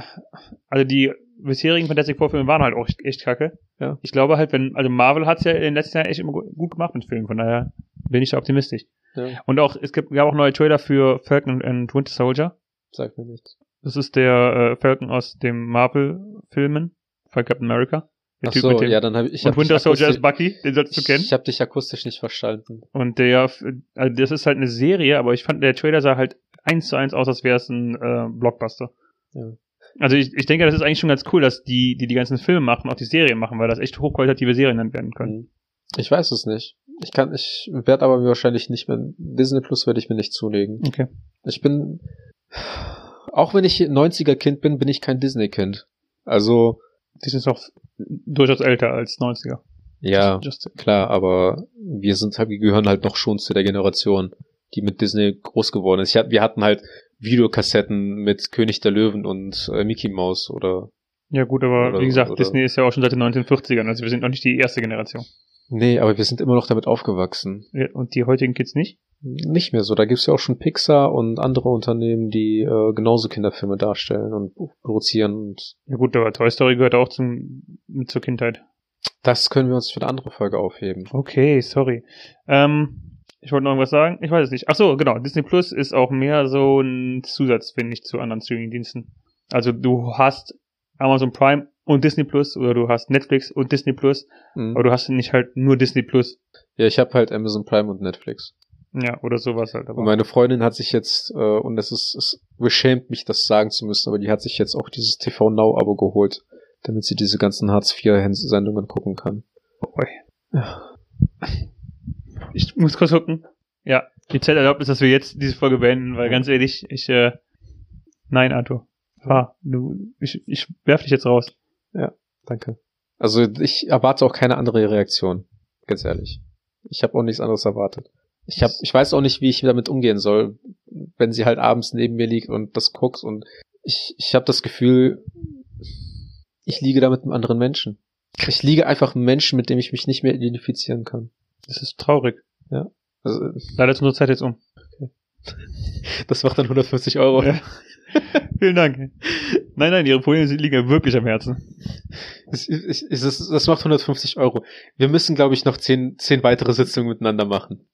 also die bisherigen Fantastic Four Filme waren halt auch echt, echt kacke.
Ja.
Ich glaube halt, wenn, also Marvel hat's ja in den letzten Jahren echt immer gu- gut gemacht mit Filmen, von daher bin ich da optimistisch.
Ja,
Und auch, es gibt, gab auch neue Trailer für Falcon and Winter Soldier.
sag mir nichts.
Das ist der äh, Falcon aus dem Marvel-Filmen, von Captain America. Der
Ach so, ja, dann habe ich ich
und
hab
Winter
dich
Soldier ist
akustisch-
Bucky, den solltest du kennen.
Ich habe dich akustisch nicht verstanden.
Und der, f- also das ist halt eine Serie, aber ich fand, der Trailer sah halt eins zu eins aus, als wäre es ein äh, Blockbuster.
Ja.
Also ich, ich denke, das ist eigentlich schon ganz cool, dass die, die die ganzen Filme machen, auch die Serien machen, weil das echt hochqualitative Serien dann werden können.
Mhm. Ich weiß es nicht. Ich kann, ich werde aber mir wahrscheinlich nicht mehr, Disney Plus werde ich mir nicht zulegen.
Okay.
Ich bin, auch wenn ich 90er-Kind bin, bin ich kein Disney-Kind. Also,
Die sind auch durchaus älter als 90er.
ja,
Just,
klar, aber wir sind halt, wir gehören halt noch schon zu der Generation, die mit Disney groß geworden ist. Ich hab, wir hatten halt Videokassetten mit König der Löwen und äh, Mickey Mouse oder,
ja gut, aber
Oder-
wie gesagt,
oder-
Disney ist ja auch schon seit den 1940ern, also wir sind noch nicht die erste Generation.
nee, aber wir sind immer noch damit aufgewachsen.
Ja, Und die heutigen Kids nicht?
nicht mehr so. Da gibt's ja auch schon Pixar und andere Unternehmen, die äh, genauso Kinderfilme darstellen und produzieren. Und
Ja gut, aber Toy Story gehört auch zum, mit zur Kindheit.
das können wir uns für eine andere Folge aufheben.
Okay, sorry. Ähm, ich wollte noch irgendwas sagen. Ich weiß es nicht. Ach so, genau. Disney Plus ist auch mehr so ein Zusatz, finde ich, zu anderen Streaming-Diensten. Also du hast Amazon Prime und Disney Plus oder du hast Netflix und Disney Plus,
Mhm.
aber du hast nicht halt nur Disney Plus.
Ja, ich habe halt Amazon Prime und Netflix.
Ja, oder sowas halt. Aber
Und meine Freundin hat sich jetzt, äh, und es ist, es beschämt mich, das sagen zu müssen, aber die hat sich jetzt auch dieses TV Now-Abo geholt, damit sie diese ganzen Hartz-IV-Sendungen gucken kann.
Ui. Ich muss kurz gucken. Ja, die Zeit erlaubt es, dass wir jetzt diese Folge beenden, weil ganz ehrlich, ich, äh, nein, Arthur. Fahr, du, ich, ich werf dich jetzt raus.
Danke. Also ich erwarte auch keine andere Reaktion, ganz ehrlich. Ich habe auch nichts anderes erwartet. Ich hab, ich weiß auch nicht, wie ich damit umgehen soll, wenn sie halt abends neben mir liegt und das guckt und ich, ich habe das Gefühl, ich liege da mit einem anderen Menschen. Ich liege einfach einem Menschen, mit dem ich mich nicht mehr identifizieren kann.
Das ist traurig.
Also,
Leider ist unsere Zeit jetzt um.
das macht dann 150 Euro.
Ja. <laughs> Vielen Dank. Nein, nein, ihre Probleme sind- liegen mir wirklich am Herzen.
Das, ich, ich, das, das macht 150 Euro. Wir müssen, glaube ich, noch 10, 10 weitere Sitzungen miteinander machen.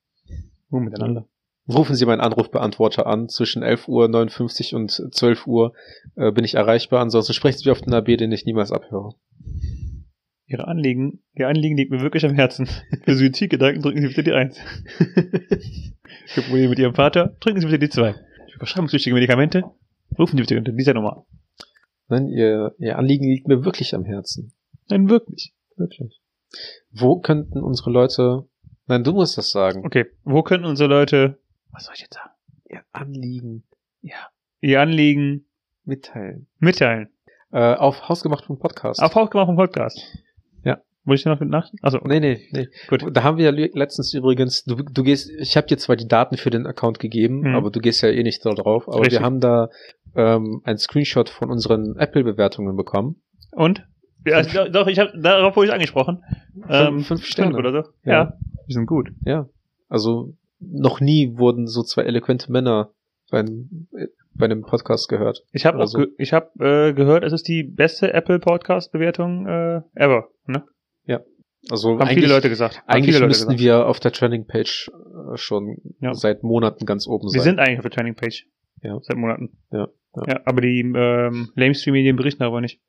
Nur Uh, miteinander.
Rufen Sie meinen Anrufbeantworter an. Zwischen 11.59 Uhr und 12 Uhr äh, bin ich erreichbar. Ansonsten sprechen Sie mich auf den AB, den ich niemals abhöre.
Ihre Anliegen, ihr Anliegen liegt mir wirklich am Herzen. Für Suizidgedanken drücken Sie bitte die 1. Für Probleme mit Ihrem Vater drücken Sie bitte die 2. Für verschreibungspflichtige Medikamente rufen Sie bitte unter dieser Nummer an.
Nein, Ihr, Ihr Anliegen liegt mir wirklich am Herzen.
Nein, wirklich.
Wirklich. Wo könnten unsere Leute... Nein, du musst das sagen.
Okay, wo können unsere Leute, was soll ich jetzt sagen,
Ihr Anliegen
ihr Anliegen
mitteilen.
mitteilen?
Äh, auf hausgemacht.podcast.
Auf Hausgemacht vom Podcast.
Ja.
Muss ich noch mit nach? Also
Nee, nee, nee.
Gut.
Da haben wir ja letztens übrigens, du, du gehst, ich habe dir zwar die Daten für den Account gegeben,
Mhm.
aber du gehst ja eh nicht da drauf, aber
Richtig.
wir haben da ähm, ein Screenshot von unseren Apple-Bewertungen bekommen.
und? Ja, also, doch, ich habe darauf wurde ich angesprochen. Ähm,
fünf Sterne.
oder so. Ja.
Ja.
die sind gut.
Ja. Also noch nie wurden so zwei eloquente Männer bei einem, äh, bei einem Podcast gehört.
Ich habe
Also-
auch, ge ich habe äh, gehört, es ist die beste Apple Podcast Bewertung äh, ever. Ne?
Also
Haben viele Leute gesagt. Haben
eigentlich
viele Leute
müssten
gesagt.
wir auf der Trending Page äh, schon
Ja.
seit Monaten ganz oben
wir
sein.
sind eigentlich auf der Turning Page.
Ja.
Seit Monaten.
Ja,
Ja,
ja.
aber die ähm, Lamestream-Medien berichten aber nicht.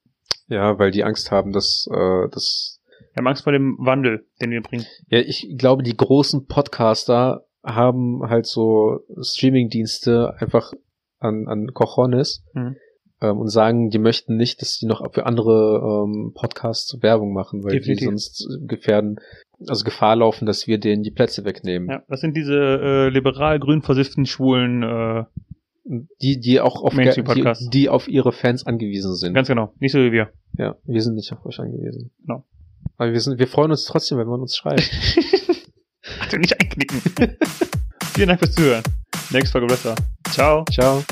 ja, weil die Angst haben, dass äh, das
Wir haben Angst vor dem Wandel, den wir bringen.
Ja, ich glaube, die großen Podcaster haben halt so Streaming-Dienste einfach an, an Cojones
Mhm.
ähm, und sagen, die möchten nicht, dass die noch für andere ähm, Podcasts Werbung machen, weil die
Definitiv.
sonst gefährden, also Gefahr laufen, dass wir denen die Plätze wegnehmen.
Ja, das sind diese äh, liberal-grün versifften Schwulen, äh,
Die, die auch auf, ge-
Mainstream-Podcasts.
die, die auf ihre Fans angewiesen sind.
ganz genau, nicht so wie wir.
ja, wir sind nicht auf euch angewiesen.
Genau.
Aber wir sind, wir freuen uns trotzdem, wenn man uns
<laughs>
schreibt.
Also nicht einknicken. Vielen Dank fürs Zuhören. Nächste Folge besser. Ciao.
Ciao.